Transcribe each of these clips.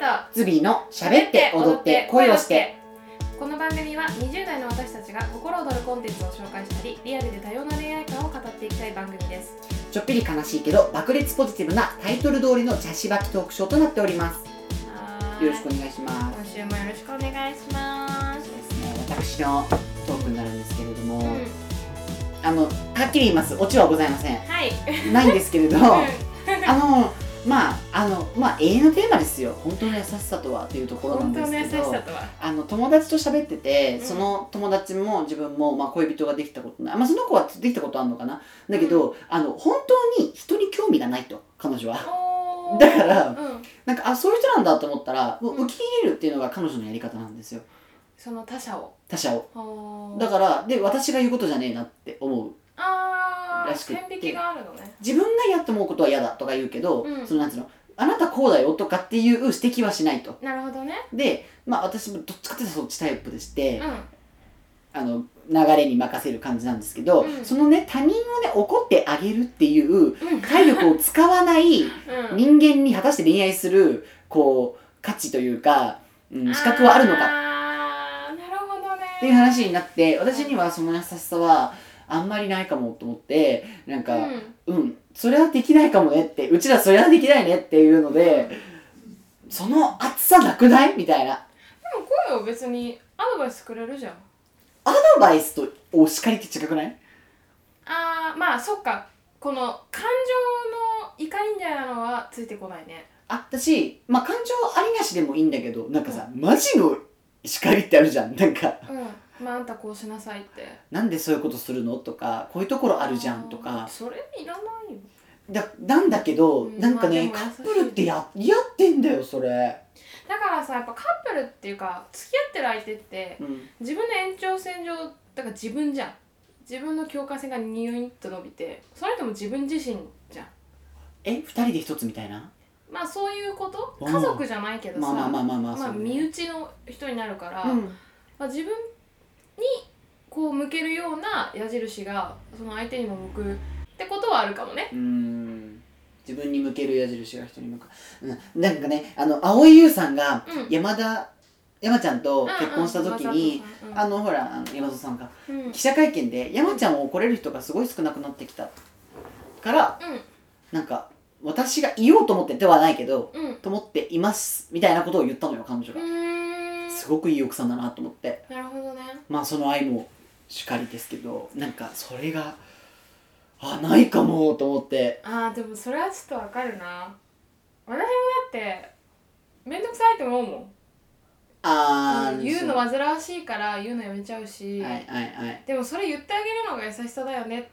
はズビーの喋って踊って恋をしてこの番組は20代の私たちが心躍るコンテンツを紹介したりリアルで多様な恋愛観を語っていきたい番組ですちょっぴり悲しいけど爆裂ポジティブなタイトル通りの茶しばきトークショーとなっておりますはーいよろしくお願いします今週もよろしくお願いしますですね私のトークになるんですけれども、うんはあのはっきり言いますオチはございませんいないんですけ れどうんあのまああのまあ永遠のテーマですよ本当の優しさとはというところなん本当ですの優しけどさとはあの友達と喋ってて、うんその友達も自分も、まあ、恋人ができたことない、まあ、その子はできたことあるのかなだけど、あの本当に人に興味がないと彼女 はおーだからうんなんかあそういう人なんだと思ったらもううん受け入れるっていうのが彼女のやり方なんですよその他者を他者をおーだからで私が言うことじゃねえなって思うあらしくってー線引きがあるのね自分が嫌と思うことは嫌だとか言うけど、うんそのなんつうのあなたこうだよとかっていう指摘はしないとなるほどねでまあ私もどっちかっていうとそっちタイプでして、うあの流れに任せる感じなんですけど、うんそのね他人をね怒ってあげるっ ていう体力を使わないんうん人間に果たして恋愛するこう価値というか、うん、資格はあるのかっあーなるほどねていう話になって私にはその優しさはあんまりないかもと思ってなんか、うんうん、それはできないかもねって、うちらそれはできないねっていうので、その熱さなくないみたいな。アでも声を別にアドバイスくれるじゃんドバイスとお叱りって違くないあーまあそっかこの感情の怒りみたいなのはついてこないねあ、私、まあ感情ありなしでもいいんだけど、なんかさ、マジの叱りってあるじゃん。なんか、うんまああんたこうしなさいってなんでそういうことするのとか、こういうところあるじゃんとあーか。それいらないよだなんだけど、うんなんかね、まあでも優しカいップルってややってんだよ、それ。だからさやっぱカップルっていうか付き合ってる相手ってうん。自分の延長線上だから自分じゃん自分の境界線がニューインと伸びてそれとも自分自身じゃんえ、二人で一つみたいなまあそういうことうん家族じゃないけどまさあまあまあまあまあ、まあそうね身内の人になるから、うん。まあ、自分にこう向けるような矢印がその相手にも向くってことはあるかもねうーん自分に向ける矢印が人に向く、うん、なんかねあの蒼井優さんがうん山田、山ちゃんと結婚した時に、、うんあのほらあの山里さんがうんうん記者会見で山ちゃんを怒れる人がすごい少なくなってきたからなんか私が言おうと思ってではないけどうんうんと思っていますみたいなことを言ったのよ彼女うが、ーんすごくいい奥さんだなと思ってなるほどねまあその愛もしかりですけどなんかそれがあないかもと思ってあーでもそれはちょっとわかるな私もだって面倒くさいと思うもんあー、言うの煩わしいから言うのやめちゃうし、はいはいはい。でもそれ言ってあげるのが優しさだよね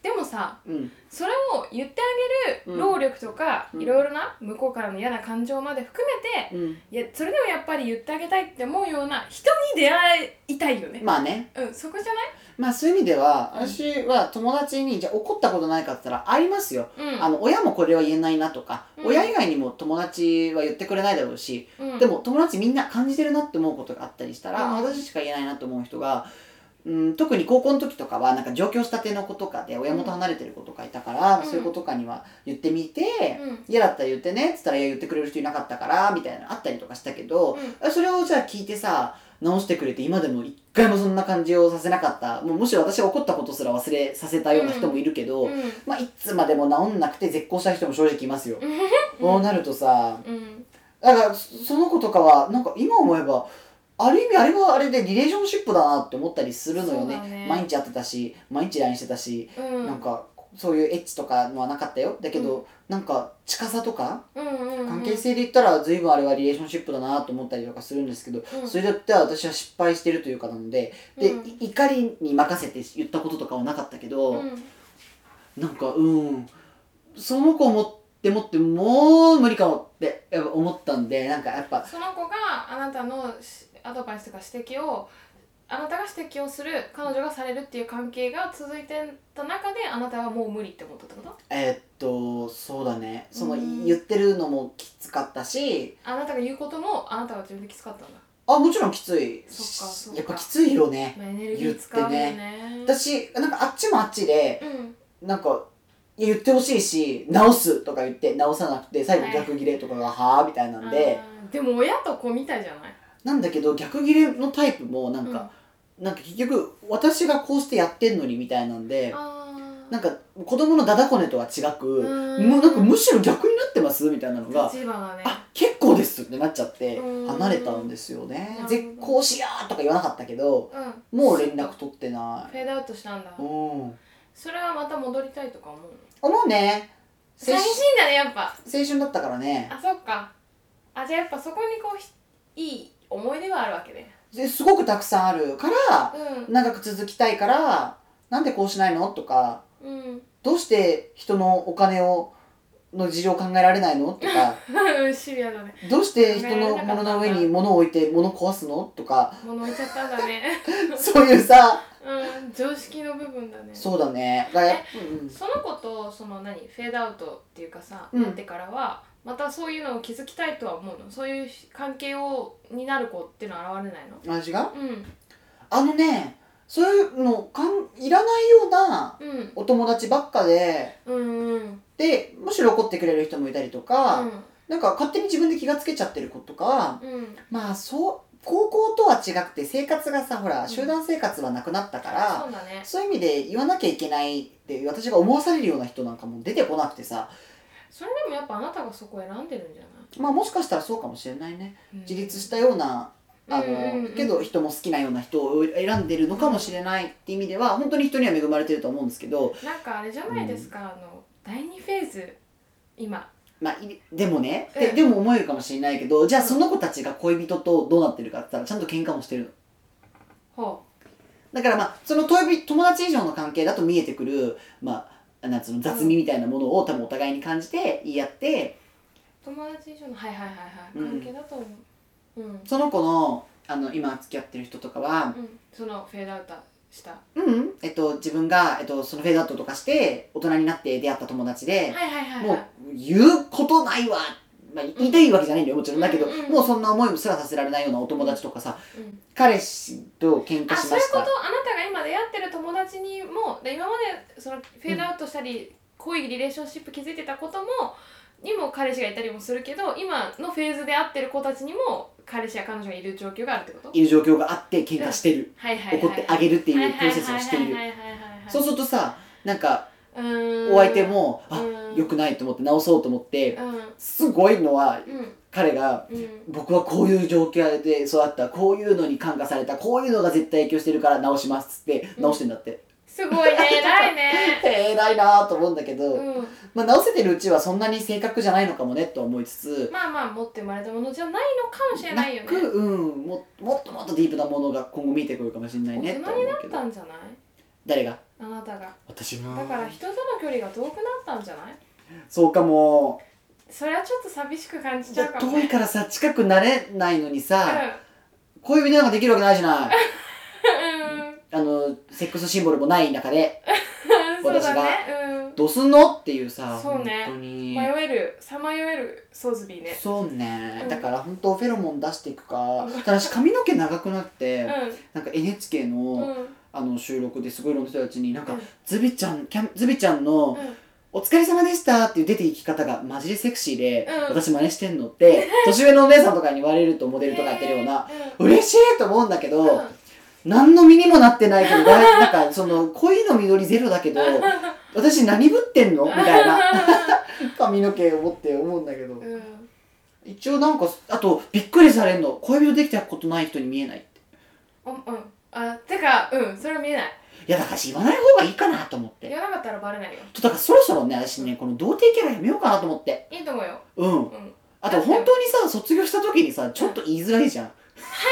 でもさうん。それを言ってあげる労力とか、うんいろいろな向こうからの嫌な感情まで含めて、うん。いやそれでもやっぱり言ってあげたいって思うような人に出会いたいよね、まあね。うんそこじゃまあそういう意味では、うん私は友達に、じゃあ怒ったことないかって言ったら、ありますよ。ない、うん、あの、親もこれは言えないなとか、うん親以外にも友達は言ってくれないだろうし、うんでも友達みんな感じてるなって思うことがあったりしたら、うん私しか言えないなと思う人が、うん、特に高校の時とかは、なんか上京したての子とかで、親元離れてる子とかいたから、うんそういう子とかには言ってみて、うん嫌だったら言ってねっつったら「いや言ってくれる人いなかったから」みたいなのあったりとかしたけど、それをじゃあ聞いてさ直してくれて今でも一回もそんな感じをさせなかったもうむしろ私は怒ったことすら忘れさせたような人もいるけど、うんまあ、いつまでも治んなくて絶好した人も正直いますよ。うこんうなるとさうんだからそその子とかはなんか今思えばある意味あれはあれでリレーションシップだなって思ったりするのよねそうだね毎日会ってたし毎日 LINE してたし、うんなんかそういうエッチとかのはなかったよだけど、なんか近さとかうんうん関係性で言ったら随分あれはリレーションシップだなと思ったりとかするんですけど、うんそれだったら私は失敗してるというかなのでで、うんい怒りに任せて言ったこととかはなかったけど、うんなんかうんその子を持って持ってもう無理かもってやっぱ思ったんでなんかやっぱその子があなたのしアドバイスとか指摘をあなたが指摘をする彼女がされるっていう関係が続いてた中であなたはもう無理って思ったってことえーっとそうだねそのうん言ってるのもきつかったしあなたが言うこともあなたは自分できつかったんだ、あもちろんきついそっかそっかやっぱきついよねまあ、エネルギー使うよね私なんかあっちもあっちでうんなんか言ってほしいし直すとか言って直さなくて最後逆ギレとかがはあみたいなんであーでも親と子みたいじゃないなんだけど逆ギレのタイプもなんか、なんか結局私がこうしてやってんのにみたいなんであーなんか子供のダダこねとは違うく、ーむなんかむしろ逆になってますみたいなのが、立場がねあ結構ですってなっちゃってうん離れたんですよねなるほど絶好しやーとか言わなかったけどうんもう連絡取ってなフいェードアウトしたんだうん思それはまた戻りたいとか思うのうね青寂春しいんだねやっぱ青春だったからねあそっかあじゃあやっぱそこにこうひいい思い出はあるわけねですごくたくさんあるからう長く続きたいからなんでこうしないのとかんうん どうして人のお金をの事情考えられないのとかシビアだねどうして人のものの上に物を置いて物壊すのとか 物置いちゃったんだねそういうさうん常識の部分だねそうだねがやっぱうんその子とその何フェードアウトっていうかさ、うんなってからはまたそういうのを築きたいとは思うのそういう関係をになる子っていうのは現れないの味がうんあのねそういうのかんいらないようなうんお友達ばっかでうんうんでむしろ怒ってくれる人もいたりとか、なんか勝手に自分で気がつけちゃってる子とかうんうんまあそう高校とは違くて生活がさほらん集団生活はなくなったから、そうだねそういう意味で言わなきゃいけないって私が思わされるような人なんかも出てこなくてさそれでもやっぱあなたがそこ選んでるんじゃない、まあもしかしたらそうかもしれないねうん自立したようなあの、うんうんうんけど人も好きなような人を選んでるのかもしれないって意味では本当に人には恵まれてると思うんですけどなんかあれじゃないですか、あの第二フェーズ今まあ、いでもね、でうんでも思えるかもしれないけどじゃあうんその子たちが恋人とどうなってるかって言ったらちゃんと喧嘩もしてるのほだからまあその恋人友達以上の関係だと見えてくる、まあ、なんつうの雑味みたいなものを多分お互いに感じて言い合ってう友達以上のはいはいはいはい、う関ん係だと思ううん、うん、その子のあの今付き合ってる人とかはそのフェードアウトしたはうん、うんえっと、自分が、えっと、そのフェードアウトとかして大人になって出会った友達いで、はいはいもはうい言うことないわ、まあ、言いたいわけじゃないんだよもちろんだけど、うんうんうんもうそんな思いもすらさせられないようなお友達とかさうん彼氏と喧嘩あしそうまいうしことたあなたが今出会ってる友達にもで今までそのフェードアウトしたり、濃いリレーションシップ築いてたこともにも彼氏がいたりもするけど今のフェーズで会ってる子たちにも彼氏や彼女がいる状況があるってこといる状況があって喧嘩してる、はいはいはい怒ってあげるってはいいうプロセスをしているはいはいはいはいはいはいそうするとさなんかうーんお相手も、うあん良くないと思って直そうと思ってうんすごいのはうん彼がうん僕はこういう状況で育ったこういうのに感化されたこういうのが絶対影響してるから直しますっつってうん直してんだって、すごいね 偉いねえらいなと思うんだけど、うんまあ、直せてるうちはそんなに正確じゃないのかもねとは思いつつまあまあ持って生まれたものじゃないのかもしれないよなく、ねうん、ももっともっとディープなものが今後見えてくるかもしれないね大と人は思になうけったどんじゃない誰があなたが私もだから人との距離が遠くなったんじゃないそうかもそれはちょっと寂しく感じちじゃゃうかも、遠いね、からさ近くなれないのにさ、う恋人なんかできるわけないじゃないんうんあのセックスシンボルもない中でそう私だがねどうすんのっていうさそうね本当うんに迷えるさまよえるソーズビーねそうね、うんだから本当フェロモン出していくか、うんただし髪の毛長くなって、うなんか NHK の,、んうんあの収録ですごいいろんな人たちになんか、うんズビちゃんキャンズビちゃんの、うんお疲れ様でしたっていう出て行き方がマジでセクシーで、うん私真似してん のって年上のお姉さんとかに言われるとモデルとかやってるような、嬉しいと思うんだけど、うん何の身にもなってないけどだ いなんかその恋の緑ゼロだけど私何ぶってんのみたいな髪の毛を持って思うんだけど うんうん一応なんかあとびっくりされんの恋人できたことない人に見えないっておうんあてかうんそれは見えないいやだから言わない方がいいかなと思って言わなかったらバレないよちょっとだからそろそろね私ねこの童貞キャラやめようかなと思っていいと思うようんうんあと本当にさ卒業した時にさちょっと言いづらいじゃん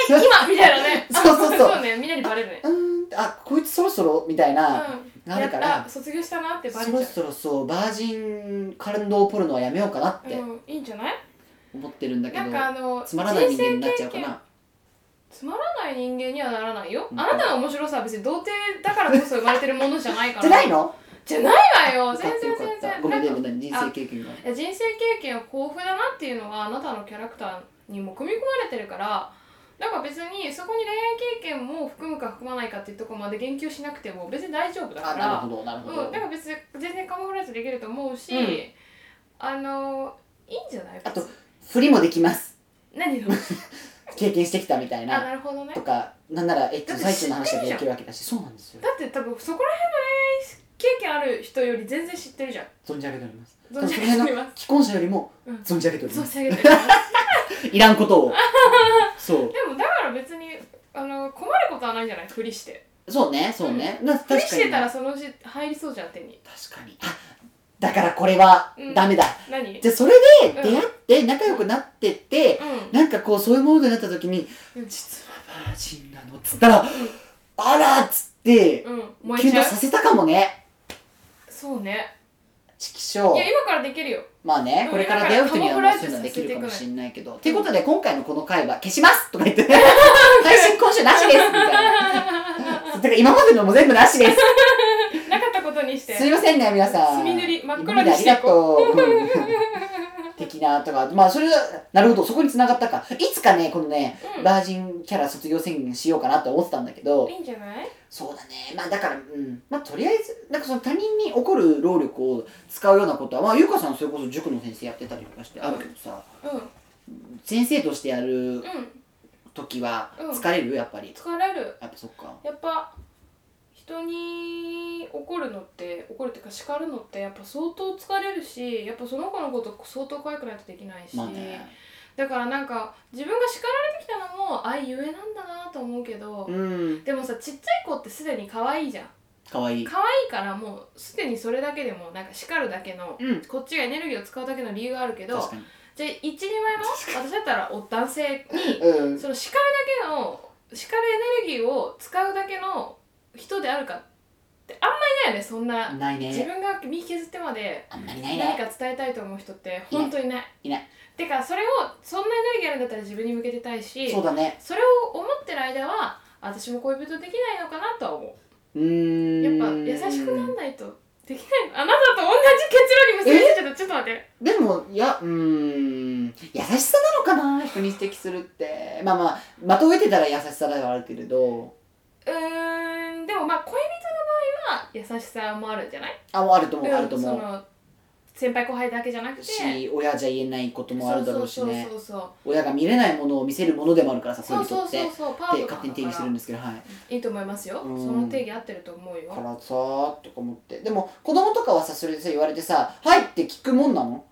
今みたいなね そうそうそうあそうねみんなにバレるねうーんあこいつそろそろみたいな、うなるやかっらた卒業したなってバレそちゃろうそろそうバージンカレンドーポルノはやめようかなってうん、いいんじゃない思ってるんだけど、なんかあのつまらない人間になっ人ち生ゃう経か験なつまらない人間にはならないよ、うんあなたの面白さは別に童貞だからこそ生まれてるものじゃないからじゃないのじゃないわよよか全った然よか全った然ごめんねなごんかめんね人生経験がいや人生経験は豊富だなっていうのがあなたのキャラクターにも組み込まれてるからだから別にそこに恋愛経験も含むか含まないかっていうところまで言及しなくても別に大丈夫だかあなるらほどなるほど、うん、だから別に全然カモフラージュできると思うし、うんあのいいんじゃないあと別に振りもできます何の経験してきたみたいあななるほどねとかなんならエッチの最中の話だけだってで知ってるじゃんきるわけだしそうなんですよだって多分そこら辺の恋愛経験ある人より全然知ってるじゃん存じ上げております存じ上げております既婚者よりもうん存じ上げておりま存す、じ上げておりますいらんこと をそでもだから別にあの困ることはないんじゃないふりしてうそうねそうね、な確ふかりにしてたらそのうち入りそうじゃん手に確かにあだからこれはうんダメだ、何じゃあそれで出会って仲良くなってって、うなんかこうそういうものになった時にんうん実はバージンなのっつったら、あらっつって、うん燃キえちュンとゃうさせたかもねそうねちきしょういや今からできるよ まあね、うんこれから出会う人にはだかもらうそういうのできるかもしれないけど。っていうカモこフとで、今回のこの回は消しますとか言って、配信今週なしですみたいな。だから今までのも全部な しです。なかったことにしてすいませんね、皆さん。墨塗り真っ黒にしていこう。うん的なとか、まあそれが、なるほど、そこに繋がったか。いつかね、このね、うんバージンキャラ卒業宣言しようかなと思ってたんだけどい、いんじゃないそうだね。まあだから、うん。まあとりあえず、なんかその他人に起こる労力を使うようなことは、まあ優香さんそれこそ塾の先生やってたりとかしてあるけどさ、うんうん先生としてやる時はうん疲れるやっぱり疲れるやっぱそっかやっぱ人に怒るのって怒るっていうか叱るのってやっぱ相当疲れるしやっぱその子のこと相当可愛くないとできないし、まあねだからなんか自分が叱られてきたのもあゆえなんだなと思うけど、うんでもさちっちゃい子ってすでに可愛いじゃんかわいい可愛いからもうすでにそれだけでもなんか叱るだけの、うんこっちがエネルギーを使うだけの理由があるけど確かにじゃあ一人前の私だったらお男性にうんその叱るだけの叱るエネルギーを使うだけの人であるかってあんまりないよねそんなない自ね分が身削ってまであんまりない何ねか伝えたいと思う人って本当にないいないてかそれをそんなエネルギーあるんだったら自分に向けてたいしそうだねそれを思ってる間は私も恋人できないのかなとは思うーうんやっぱ優しくなんないとできないあなたと同じ結論に結びついちゃったちょっと待ってでもいやうーん優しさなのかな人に指摘するってまあまあ的を得てたら優しさではあるけれどうーんでもまあ恋人の場合は優しさもあるんじゃないあもうあると思うあるとうんそ思うの先輩後輩だけじゃなくてし親じゃ言えないこともあるだろうしねそうそう親が見れないものを見せるものでもあるからさそ恋うそう人そうってそうそっうパてートナ勝手に定ーだ義すかるらんですけどはいいいと思いますよそうんの定義合ってると思うよからさとか思ってでも子供とかはさそれでさ言われてさ「はい」って聞くもんなの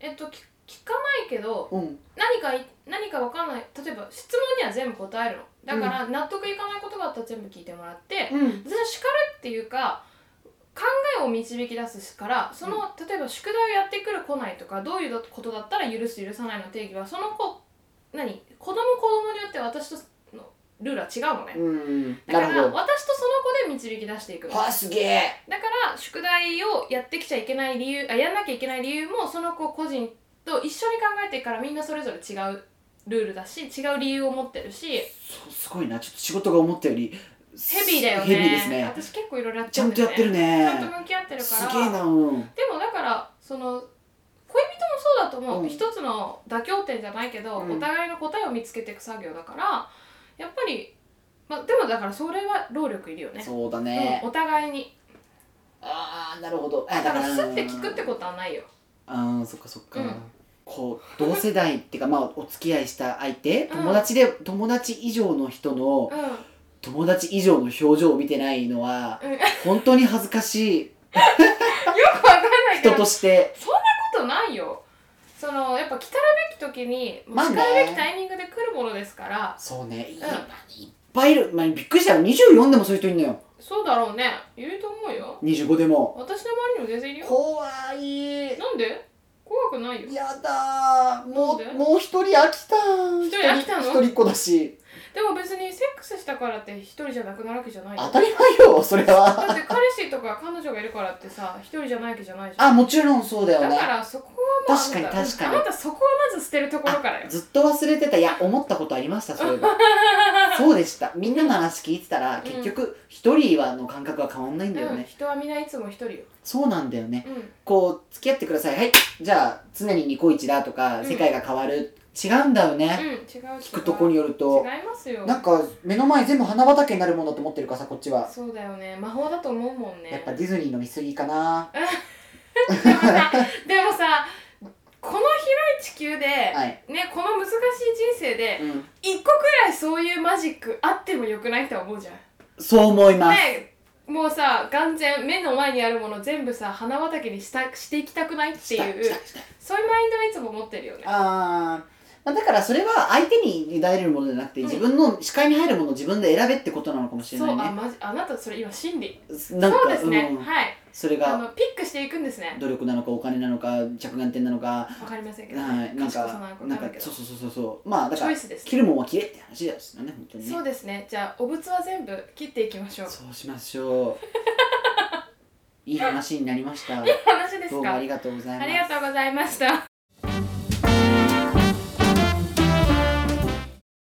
えっと聞聞かないけどうん何かい何か分かんない例えば質問には全部答えるのだから納得いかないことがあったら全部聞いてもらって、うん私は叱るっていうか考えを導き出すからその、例えば宿題をやってくる来ないとかどういうことだったら許す許さないの定義はその子何子供子供によって私とのルールは違うのね、うんだかならるほど私とその子で導き出していくのはあすげえだから宿題をやってきちゃいけない理由あやんなきゃいけない理由もその子個人と一緒に考えてるからみんなそれぞれ違うルールだし違う理由を持ってるしヘそうすごいなちょっと仕事が思ったよりヘビーだよねヘビーですね私結構いろいろやっちてゃるんんとだよやねちってるゃんねと向き合ってるからすげえなうんでもだからその恋人もそうだと思う、うん一つの妥協点じゃないけど、うんお互いの答えを見つけていく作業だからやっぱり、まあ、でもだからそれは労力いるよねそうだねうんお互いにああなるほどあだだかかららスッて聞くってことはないよああそっかそっかうんこう同世代っていうかまあお付き合いした相手ん友達で友達以上の人のうん友達以上の表情を見てないのはうんよ本当に恥ずかしいくわかんないけ人どとしてことないよそのやっぱ来たるべき時にまあね来たるべきタイミングで来るものですからそうねいんい,、いっぱいいる、まあ、びっくりしたよ24でもそういう人いるのよそうだろうねいると思うよ25でも私の周りにも全然いるよ怖いなんで怖くないよやだーもなんうでもう一人飽きた一人飽きたの一人っ子だしでも別にセックスしたからって一人じゃなくなるわけじゃないよ当たり前よそれはだって彼氏とか彼女がいるからってさ一人じゃないわけじゃないじゃんあもちろんそうだよねだからそこはもうあなた確かに確かにあなたそこをまず捨てるところからよずっと忘れてたいや思ったことありましたそういえば そうでしたみんなの話聞いてたら結局一人はの感覚は変わんないんだよね、うん、人は皆いつも一人よ、そうなんだよねうん、こう付き合ってくださいはいじゃあ常にニコイチだとか、うん世界が変わる違うんだよね、うん、違う聞聞くとこによる違といますよなんか目の前全部花畑になるものだと思ってるからさこっちは、そうだよね魔法だと思うもんねや っぱディズニーの見過ぎかなでもさでもさこの広い地球で、はいねこの難し生でうん、一個くらいそういうマジックあってもよくないって思うじゃん。そう思います、ねもうさ眼前目の前にあるもの全部さ花畑にしたしていきたくないっていしたうしたしたそういうマインドはいつも持ってるよね。あーまあだからそれは相手に委ねるものじゃなくて、うん自分の視界に入るものを自分で選べってことなのかもしれそうないあねマジあなたそれ今真理なんかそうですね、うんはいそれあがのピックしていくんですね努力なのかお金なのか着眼点なのか、わかりませんけど、はい、なん賢かさなのかわなかんかるけどそうそうそうそうそうまあだチかョイらスです切るもんは切れって話ですよね本当にねそうですねじゃあお仏は全部切っていきましょうそうしましょういい話になりました 話ですどうもかありがとうございますありがとうございました